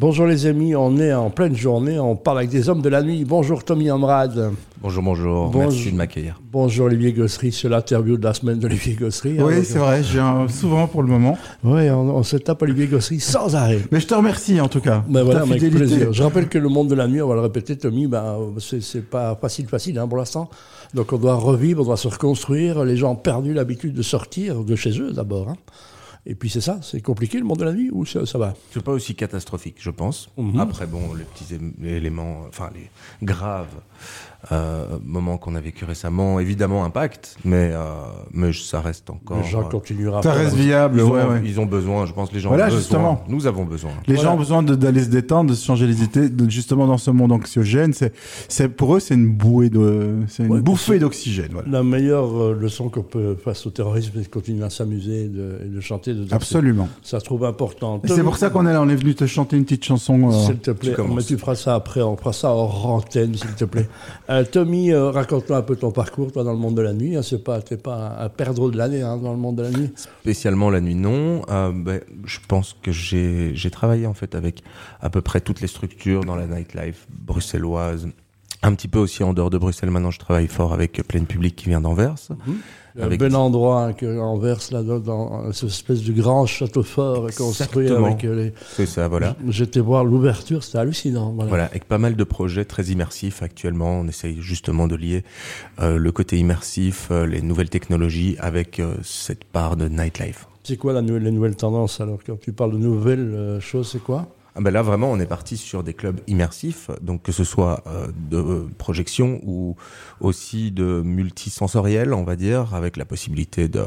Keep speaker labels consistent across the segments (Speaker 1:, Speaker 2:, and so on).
Speaker 1: Bonjour les amis, on est en pleine journée, on parle avec des hommes de la nuit. Bonjour Tommy Amrad.
Speaker 2: Bonjour, bonjour.
Speaker 1: Bonjour.
Speaker 2: Merci de m'accueillir.
Speaker 1: Bonjour Olivier Gossery, c'est l'interview de la semaine d'Olivier Gossery. hein,
Speaker 3: Oui,
Speaker 1: donc-
Speaker 3: c'est vrai, j'ai un souvent pour le moment.
Speaker 1: Ouais, on, on se tape Olivier Gossery sans arrêt.
Speaker 3: Mais je te remercie en tout cas.
Speaker 1: Mais
Speaker 3: pour
Speaker 1: Bah voilà,
Speaker 3: ta
Speaker 1: mais avec
Speaker 3: fidélité.
Speaker 1: plaisir. Je rappelle que le monde de la nuit, on va le répéter, Tommy, ben, euh, c'est c'est pas facile, facile hein, pour l'instant. Donc on doit revivre, on doit se reconstruire. Les gens ont perdu l'habitude de sortir de chez eux d'abord. hein. Et puis c'est ça, c'est compliqué le monde de la nuit ou ça, ça va
Speaker 2: C'est pas aussi catastrophique, je pense.
Speaker 1: Mhm.
Speaker 2: Après, bon, les petits é- éléments, enfin, les graves euh, moments qu'on a vécu récemment, évidemment, impact, mais, euh, mais ça reste encore.
Speaker 1: Le gens
Speaker 2: euh,
Speaker 1: continuera.
Speaker 3: Ça
Speaker 1: à-
Speaker 3: reste viable,
Speaker 2: ils,
Speaker 3: ouais,
Speaker 2: ont,
Speaker 3: ouais.
Speaker 2: ils ont besoin, je pense, les gens
Speaker 3: Voilà,
Speaker 2: ont besoin.
Speaker 3: justement.
Speaker 2: Nous avons besoin.
Speaker 3: Les
Speaker 1: Voilà.
Speaker 3: gens ont besoin de- d'aller se détendre, de se changer les idées, de- justement dans ce monde anxiogène. C'est, c'est pour eux, c'est une bouée de, c'est une
Speaker 1: Ouais,
Speaker 3: bouffée d'oxygène. Voilà.
Speaker 1: La meilleure euh, leçon qu'on peut face au terrorisme, c'est de continuer à s'amuser, de, et de chanter, de danser.
Speaker 3: Absolument.
Speaker 1: Ça se trouve important.
Speaker 3: Et c'est pour ça qu'on est là. On est venu te chanter une petite chanson. euh,
Speaker 1: S'il te plaît,
Speaker 2: commences.
Speaker 1: mais tu feras ça après, on fera ça hors antenne, s'il te plaît. Euh, Tommy, euh, raconte-nous un peu ton parcours, toi, dans le monde de la nuit. Hein, c'est pas, t'es pas un, un perdreau de l'année hein, dans le monde de la nuit.
Speaker 2: Spécialement la nuit, non. Euh, ben, je pense que j'ai j'ai travaillé en fait avec à peu près toutes les structures dans la nightlife bruxelloise. Un petit peu aussi en dehors de Bruxelles. Maintenant, je travaille fort avec euh, Pleine Public qui vient d'Anvers.
Speaker 3: Mhm.
Speaker 1: Un
Speaker 2: Avec-
Speaker 1: Euh, bel endroit hein, que Anvers, là, dans, dans euh, cette espèce de grand château fort construit
Speaker 2: Exactement.
Speaker 1: avec euh, les.
Speaker 2: C'est ça, voilà.
Speaker 1: J'étais voir l'ouverture, c'était hallucinant. Voilà.
Speaker 2: Voilà, avec pas mal de projets très immersifs actuellement. On essaye justement de lier euh, le côté immersif, euh, les nouvelles technologies avec euh, cette part de nightlife.
Speaker 1: C'est quoi la nou- les nouvelles tendances alors Quand tu parles de nouvelles euh, choses, c'est quoi
Speaker 2: Ah ben là, vraiment, on est parti sur des clubs immersifs, donc que ce soit euh, de euh, projection ou aussi de multisensoriel, on va dire, avec la possibilité de,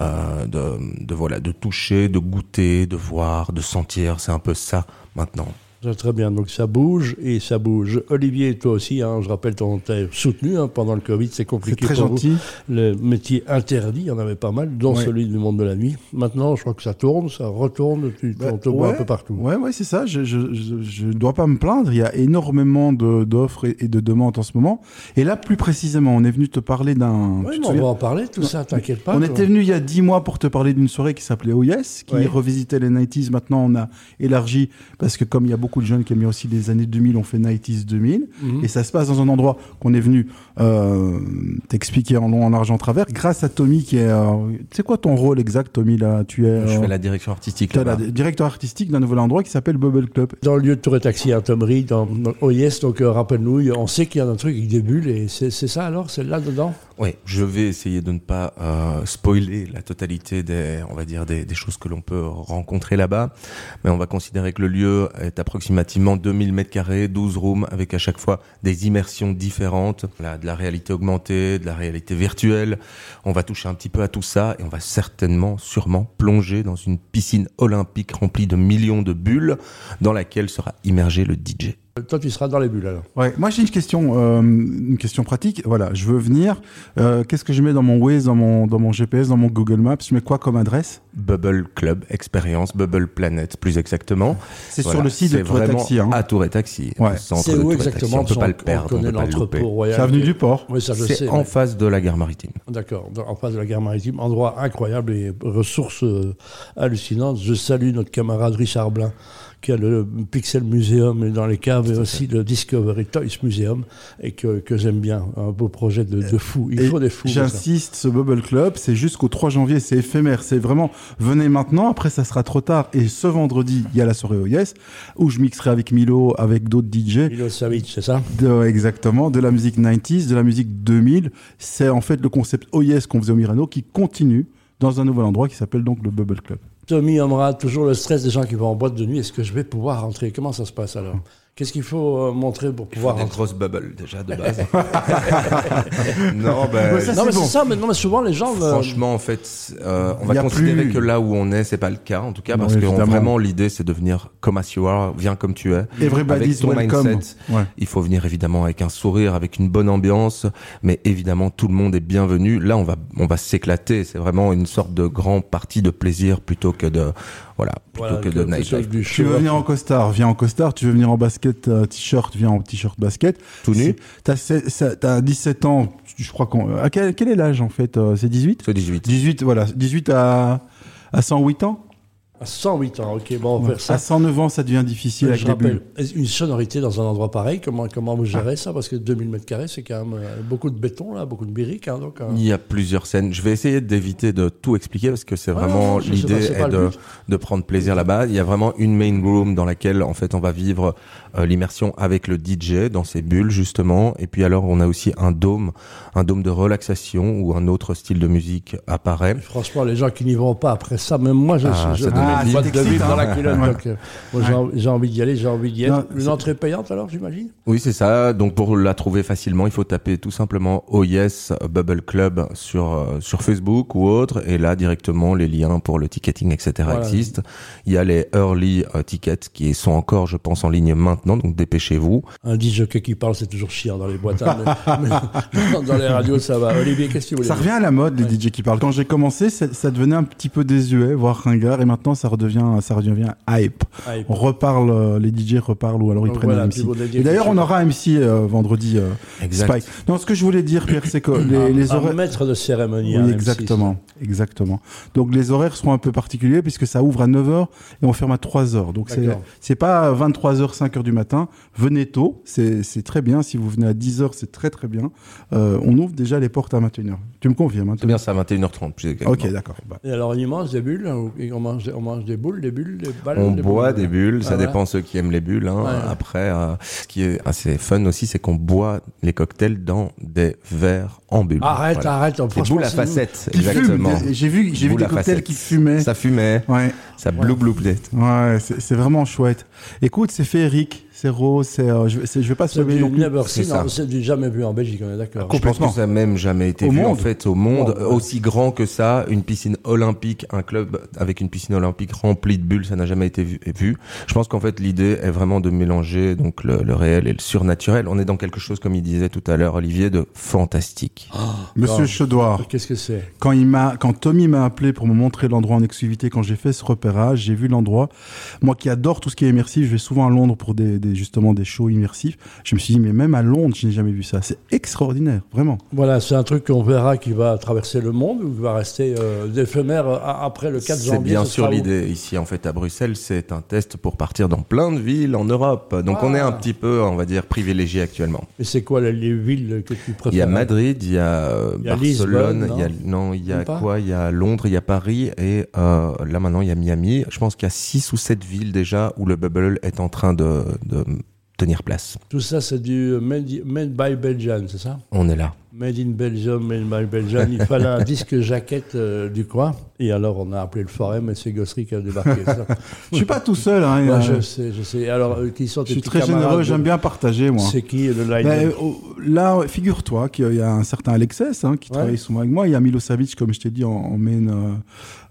Speaker 2: euh, de, de, voilà, de toucher, de goûter, de voir, de sentir. C'est un peu ça maintenant.
Speaker 1: Très, Très bien, donc ça bouge et ça bouge. Olivier, toi aussi, hein, je rappelle, t'en- t'es soutenu hein, pendant le Covid, c'est
Speaker 3: c'est
Speaker 1: compliqué
Speaker 3: très
Speaker 1: pour vous.
Speaker 3: gentil.
Speaker 1: Le métier interdit, il y en avait pas mal, dont
Speaker 3: Ouais.
Speaker 1: celui du monde de la nuit. Maintenant, je crois que ça tourne, ça retourne, tu,
Speaker 3: Bah,
Speaker 1: on te voit un
Speaker 3: ouais,
Speaker 1: peu partout.
Speaker 3: Ouais, ouais, c'est ça. Je, je, je, je dois pas me plaindre. Il y a énormément de, d'offres et, et de demandes en ce moment. Et là, plus précisément, on est venu te parler d'un.
Speaker 1: Ouais,
Speaker 3: tu te
Speaker 1: mais on
Speaker 3: souviens
Speaker 1: va en parler, tout ça, t'inquiète pas.
Speaker 3: on
Speaker 1: toi.
Speaker 3: était venu il y a dix mois pour te parler d'une soirée qui s'appelait Oh Yes, qui
Speaker 1: Ouais.
Speaker 3: revisitait les 90s. Maintenant, on a élargi parce que comme il y a beaucoup de jeunes qui aiment aussi les années 2000, on fait 90s 2000.
Speaker 1: Mhm.
Speaker 3: Et ça se passe dans un endroit qu'on est venu euh, t'expliquer en long, en large, en travers, grâce à Tommy qui est. euh, tu sais quoi ton rôle exact, Tommy là Tu es.
Speaker 2: Je
Speaker 3: euh,
Speaker 2: fais la direction artistique
Speaker 3: t'es la
Speaker 2: là-bas.
Speaker 3: directeur artistique d'un nouvel endroit qui s'appelle Bubble Club.
Speaker 1: Dans le lieu de Tour et Taxi à Thomery, dans, dans OIS, donc euh, rappelle-nous, on sait qu'il y a un truc qui débule et c'est c'est ça alors, c'est là-dedans
Speaker 2: Oui, je vais essayer de ne pas euh, spoiler la totalité des, on va dire des, des choses que l'on peut rencontrer là-bas, mais on va considérer que le lieu est approximativement 2000 mètres carrés, 12 rooms, avec à chaque fois des immersions différentes, Voilà, de la réalité augmentée, de la réalité virtuelle. On va toucher un petit peu à tout ça et on va certainement, sûrement plonger dans une piscine olympique remplie de millions de bulles, dans laquelle sera immergé le DJ.
Speaker 1: Euh, Toi, tu seras dans les bulles alors.
Speaker 3: Ouais. Moi, j'ai une question, euh, une question pratique. Voilà, je veux venir. Euh, Qu'est-ce que je mets dans mon Waze, dans mon, dans mon GPS, dans mon Google Maps Je mets quoi comme adresse
Speaker 2: Bubble Club, expérience, Bubble Planet plus exactement.
Speaker 3: C'est
Speaker 2: Voilà,
Speaker 3: sur le site
Speaker 2: c'est
Speaker 3: de Tour et
Speaker 2: vraiment
Speaker 3: Taxi. Hein.
Speaker 2: À Tour et Taxi.
Speaker 3: Ouais.
Speaker 2: au centre
Speaker 1: C'est
Speaker 2: de
Speaker 1: où
Speaker 2: Tour et Taxi.
Speaker 1: exactement
Speaker 2: On peut
Speaker 1: Parce
Speaker 2: pas
Speaker 1: qu'on-
Speaker 2: le perdre.
Speaker 1: On
Speaker 2: on
Speaker 1: connaît
Speaker 2: peut pas le
Speaker 1: l'entrepôt
Speaker 2: louper.
Speaker 1: royal.
Speaker 3: C'est avenue du Port.
Speaker 1: Oui, ça je
Speaker 2: C'est
Speaker 1: sais.
Speaker 2: en
Speaker 1: ouais.
Speaker 2: face de la gare maritime.
Speaker 1: D'accord, dans- en face de la gare maritime, endroit incroyable et ressources euh, hallucinantes. Je salue notre camarade Richard Blin, qui a le Pixel Museum et dans les caves, et aussi le Discovery Toys Museum, et que, que j'aime bien. Un beau projet de, de fou. Il
Speaker 3: Et
Speaker 1: faut des fous. comme ça.
Speaker 3: J'insiste, ce Bubble Club, c'est jusqu'au 3 janvier, c'est éphémère, c'est vraiment venez maintenant, après ça sera trop tard. Et ce vendredi, il y a la soirée OIS, où je mixerai avec Milo, avec d'autres DJ,
Speaker 1: Milo Savic, c'est ça
Speaker 3: de, exactement, de la musique 90s, de la musique 2000. C'est en fait le concept OIS qu'on faisait au Mirano qui continue dans un nouvel endroit qui s'appelle donc le Bubble Club.
Speaker 1: Tommy Amra, toujours le stress des gens qui vont en boîte de nuit. Est-ce que je vais pouvoir rentrer Comment ça se passe alors Qu'est-ce qu'il faut euh, montrer pour pouvoir rentrer
Speaker 2: grosses bubbles déjà de base. non, ben,
Speaker 3: Ouais, ça,
Speaker 1: Non, mais
Speaker 3: Ah, c'est bon.
Speaker 1: c'est ça, mais, non, mais souvent les gens. euh,
Speaker 2: Franchement, en fait, euh, on
Speaker 3: Y
Speaker 2: va
Speaker 3: a
Speaker 2: considérer
Speaker 3: plus-
Speaker 2: que là où on est, c'est pas le cas, en tout cas,
Speaker 3: Non,
Speaker 2: parce que on-
Speaker 3: évidemment.
Speaker 2: vraiment, l'idée, c'est de venir comme as you are, viens comme tu es. Avec
Speaker 3: Everybody's
Speaker 2: ton
Speaker 3: welcome.
Speaker 2: mindset,
Speaker 3: Ouais.
Speaker 2: Il faut venir évidemment avec un sourire, avec une bonne ambiance, mais évidemment tout le monde est bienvenu. Là, on va on va s'éclater. C'est vraiment une sorte de grand parti de plaisir plutôt que de voilà plutôt
Speaker 1: voilà,
Speaker 2: que de
Speaker 1: que ce soit
Speaker 2: nightlife.
Speaker 1: du hein.
Speaker 3: Tu veux
Speaker 1: show-off.
Speaker 3: venir en costard, viens en costard. Tu veux venir en basket, euh, t-shirt, viens en t-shirt basket.
Speaker 2: Tout nu.
Speaker 3: C'est- T'as se- ça- t'as 17 ans, tu- je crois qu'on. À quel, euh, quel est l'âge en fait euh, C'est 18
Speaker 2: Ce 18.
Speaker 3: 18, voilà. 18 à, à 108 ans
Speaker 1: À 108 ans, ok, bon, on va faire ça.
Speaker 3: À 109 ans, ça devient difficile avec
Speaker 1: je
Speaker 3: les bulles.
Speaker 1: rappelle, une sonorité dans un endroit pareil, comment, comment
Speaker 2: Ah.
Speaker 1: vous gérez ça Parce que 2000 mètres carrés, c'est quand même euh, beaucoup de béton, là, beaucoup de briques. hein, donc, hein.
Speaker 2: Il y a plusieurs scènes. Je vais essayer d'éviter de tout expliquer parce que c'est
Speaker 1: Ouais,
Speaker 2: vraiment
Speaker 1: non, je sais
Speaker 2: l'idée
Speaker 1: pas, c'est pas
Speaker 2: est
Speaker 1: le
Speaker 2: de,
Speaker 1: but.
Speaker 2: de prendre plaisir là-bas. Il y a vraiment une main room dans laquelle en fait on va vivre euh, l'immersion avec le DJ dans ses bulles justement. Et puis alors on a aussi un dôme, un dôme de relaxation où un autre style de musique apparaît.
Speaker 1: Franchement, les gens qui n'y vont pas après ça, même moi, je
Speaker 2: Ah,
Speaker 1: je,
Speaker 2: ça
Speaker 1: je-
Speaker 2: donne
Speaker 1: je
Speaker 2: envie.
Speaker 1: boite
Speaker 3: Ah,
Speaker 1: de
Speaker 3: t'excites,
Speaker 1: vivre dans
Speaker 3: hein.
Speaker 1: la culotte.
Speaker 3: Ouais.
Speaker 1: donc, euh, moi, j'ai en- j'ai envie d'y aller, j'ai envie d'y être.
Speaker 3: Non,
Speaker 1: une
Speaker 3: c'est-
Speaker 1: entrée payante, alors, j'imagine
Speaker 2: Oui, c'est ça. Donc pour la trouver facilement, il faut taper tout simplement Oh Yes Bubble Club sur euh, sur Facebook ou autre, et là directement les liens pour le ticketing etc
Speaker 1: Voilà.
Speaker 2: existent. Il y a les early euh, tickets qui sont encore, je pense, en ligne maintenant, donc dépêchez-vous.
Speaker 1: Un DJ qui parle, c'est toujours chiant dans les boîtes. hein, mais- mais dans les radios, ça va. Olivier, qu'est-ce que tu voulais
Speaker 3: Ça
Speaker 1: dire
Speaker 3: revient à la mode, les
Speaker 1: Ouais.
Speaker 3: DJ qui parlent. Quand j'ai commencé, ça, ça devenait un petit peu désuet, voire ringard, et maintenant ça redevient, ça redevient hype.
Speaker 1: Ah, et-
Speaker 3: On reparle, euh, les DJ reparlent, ou alors ils
Speaker 1: Donc
Speaker 3: prennent
Speaker 1: voilà,
Speaker 3: un
Speaker 1: puis vous
Speaker 3: MC.
Speaker 1: voulez dire
Speaker 3: Et d'ailleurs,
Speaker 1: quelque
Speaker 3: on aura un MC euh, vendredi, euh, Spike. Non, ce que je voulais dire, Pierre, c'est que
Speaker 1: Un-
Speaker 3: les, les
Speaker 1: un
Speaker 3: horaires...
Speaker 1: maître de cérémonie. hein,
Speaker 3: Oui,
Speaker 1: un M6.
Speaker 3: exactement, exactement. Donc les horaires seront un peu particuliers puisque ça ouvre à 9h et on ferme à 3h. Donc c'est
Speaker 1: D'accord.
Speaker 3: c'est pas 23h 5h du matin, venez tôt, c'est c'est très bien si vous venez à 10h, c'est très très bien. Euh, on ouvre déjà les portes à 21h. Tu me confirmes hein,
Speaker 2: C'est bien ça, 21h30 plus exactement.
Speaker 3: OK, d'accord. Bah,
Speaker 1: Et alors, on y mange des bulles, hein, ou- et on mange, on mange des boules, des bulles, des balles.
Speaker 2: On
Speaker 1: des
Speaker 2: boit des bulles, ça
Speaker 1: Ah ouais.
Speaker 2: dépend ceux qui aiment les bulles. hein.
Speaker 1: Ouais.
Speaker 2: Après, euh, ce qui est assez fun aussi, c'est qu'on boit les cocktails dans des verres en bulles.
Speaker 1: Arrête,
Speaker 2: Voilà.
Speaker 1: arrête, oh,
Speaker 2: Des
Speaker 1: franchement.
Speaker 2: boules à
Speaker 1: c'est-
Speaker 2: facettes,
Speaker 3: Qui fument,
Speaker 2: exactement.
Speaker 3: des- J'ai vu j'ai vu
Speaker 2: Boule
Speaker 3: des
Speaker 2: à
Speaker 3: cocktails
Speaker 2: facettes.
Speaker 3: qui fumaient.
Speaker 2: Ça fumait,
Speaker 3: Ouais.
Speaker 2: ça blou blou blou.
Speaker 3: Ouais, c'est c'est vraiment chouette. Écoute, c'est féerique, c'est rose, c'est euh, je, vais- c'est- je vais pas se
Speaker 1: C'est
Speaker 3: lever
Speaker 1: du
Speaker 3: non plus.
Speaker 1: never seen,
Speaker 2: C'est ça.
Speaker 1: hein, c'est du jamais vu en Belgique, on est d'accord.
Speaker 2: Je pense que ça n'a même jamais été
Speaker 3: Au
Speaker 2: vu en
Speaker 3: monde.
Speaker 2: fait au monde
Speaker 1: Oh, ouais.
Speaker 2: aussi grand que ça, une piscine olympique, un club avec une piscine olympique remplie de bulles, ça n'a jamais été vu. et vu. Je pense qu'en fait l'idée est vraiment de mélanger donc le, le réel et le surnaturel. On est dans quelque chose comme il disait tout à l'heure Olivier de fantastique.
Speaker 3: Monsieur Chedoir.
Speaker 1: Ah. Qu'est-ce que c'est
Speaker 3: Quand il m'a, quand Tommy m'a appelé pour me montrer l'endroit en exclusivité, quand j'ai fait ce repérage, j'ai vu l'endroit. Moi qui adore tout ce qui est immersif, je vais souvent à Londres pour des, des- justement des shows immersifs. Je me suis dit, mais même à Londres, je n'ai jamais vu ça. C'est extraordinaire, vraiment.
Speaker 1: Voilà, c'est un truc qu'on verra qui va traverser le monde ou qui va rester euh, d'éphémère euh, a- après le 4 janvier.
Speaker 2: C'est bien
Speaker 1: ce
Speaker 2: sûr
Speaker 1: sera où
Speaker 2: l'idée ici en fait à Bruxelles, c'est un test pour partir dans plein de villes en Europe. Donc on est
Speaker 1: Ah.
Speaker 2: un petit peu on va dire privilégié actuellement.
Speaker 1: Et c'est quoi les, les villes que tu préfères
Speaker 2: Il y a Madrid, il y a, euh,
Speaker 1: Il y a
Speaker 2: Barcelone,
Speaker 1: Lisbonne,
Speaker 2: il y a non, il y a
Speaker 1: Même pas
Speaker 2: quoi Il y a Londres, il y a Paris et euh, là maintenant il y a Miami. Je pense qu'il y a six ou sept villes déjà où le bubble est en train de, de tenir place.
Speaker 1: Tout ça, c'est du euh, made, made by Belgian, c'est ça
Speaker 2: On est là.
Speaker 1: Made in Belgium, Made by Belgium. Il fallait un disque jaquette euh, du coin. Et alors, on a appelé le forêt, mais c'est Gossery qui a débarqué. ça.
Speaker 3: Je suis pas tout seul, hein.
Speaker 1: Moi,
Speaker 3: euh,
Speaker 1: je sais, je sais. Alors, euh, qui sont
Speaker 3: je
Speaker 1: tes
Speaker 3: suis
Speaker 1: petits
Speaker 3: très
Speaker 1: camarades
Speaker 3: généreux,
Speaker 1: de-
Speaker 3: j'aime bien partager, moi.
Speaker 1: C'est qui le line
Speaker 3: Ben, oh, là, figure-toi qu'il y a un certain Alexès hein, qui
Speaker 1: Ouais.
Speaker 3: travaille souvent avec moi. Il y a Milo Savic, comme je t'ai dit, en, en main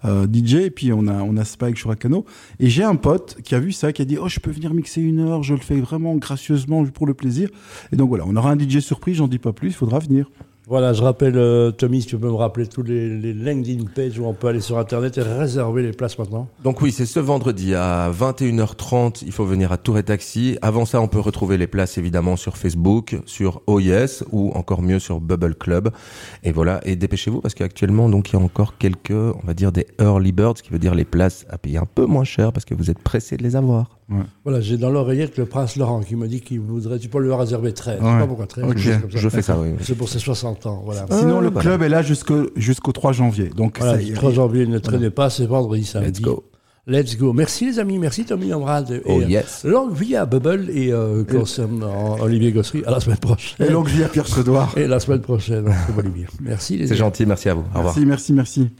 Speaker 3: euh, euh, DJ. Et puis, on a, on a Spike Shurakano. Et j'ai un pote qui a vu ça, qui a dit Oh, je peux venir mixer une heure, je le fais vraiment gracieusement pour le plaisir. Et donc, voilà, on aura un DJ surprise, j'en dis pas plus, il faudra venir.
Speaker 1: Voilà, je rappelle, euh, Tommy, si tu peux me rappeler tous les, les LinkedIn pages où on peut aller sur Internet et réserver les places maintenant.
Speaker 2: Donc oui, c'est ce vendredi à 21h30, il faut venir à Tour et Taxi. Avant ça, on peut retrouver les places évidemment sur Facebook, sur OIS ou encore mieux sur Bubble Club. Et voilà, et dépêchez-vous parce qu'actuellement donc il y a encore quelques, on va dire des early birds, ce qui veut dire les places à payer un peu moins cher parce que vous êtes pressés de les avoir.
Speaker 1: Voilà, j'ai dans l'oreillette le prince Laurent qui me dit qu'il voudrait, tu peux lui réserver 13. Je
Speaker 3: Ouais.
Speaker 1: sais pas pourquoi 13.
Speaker 3: Ok,
Speaker 1: quelque chose comme ça.
Speaker 2: Je fais ça oui.
Speaker 1: C'est pour ses 60 ans, voilà.
Speaker 2: Ah,
Speaker 3: Sinon, le
Speaker 2: voilà.
Speaker 3: club est là jusqu'au jusqu'au 3 janvier. Donc,
Speaker 1: Voilà,
Speaker 3: ça y est.
Speaker 1: 3 janvier, ne traînez pas, c'est vendredi, samedi.
Speaker 2: Let's go.
Speaker 1: Let's go. Merci les amis, merci Tommy Amrad. Et,
Speaker 2: Oh
Speaker 1: euh,
Speaker 2: yes.
Speaker 1: Longue vie à Bubble et euh, concernant Olivier Gossery, à la semaine
Speaker 3: Et
Speaker 1: prochaine.
Speaker 3: longue vie à Pierre Sedoir.
Speaker 1: Et la semaine prochaine, Olivier. Merci les
Speaker 2: C'est
Speaker 1: amis.
Speaker 2: gentil, merci à vous. Au revoir.
Speaker 3: Merci, merci, merci.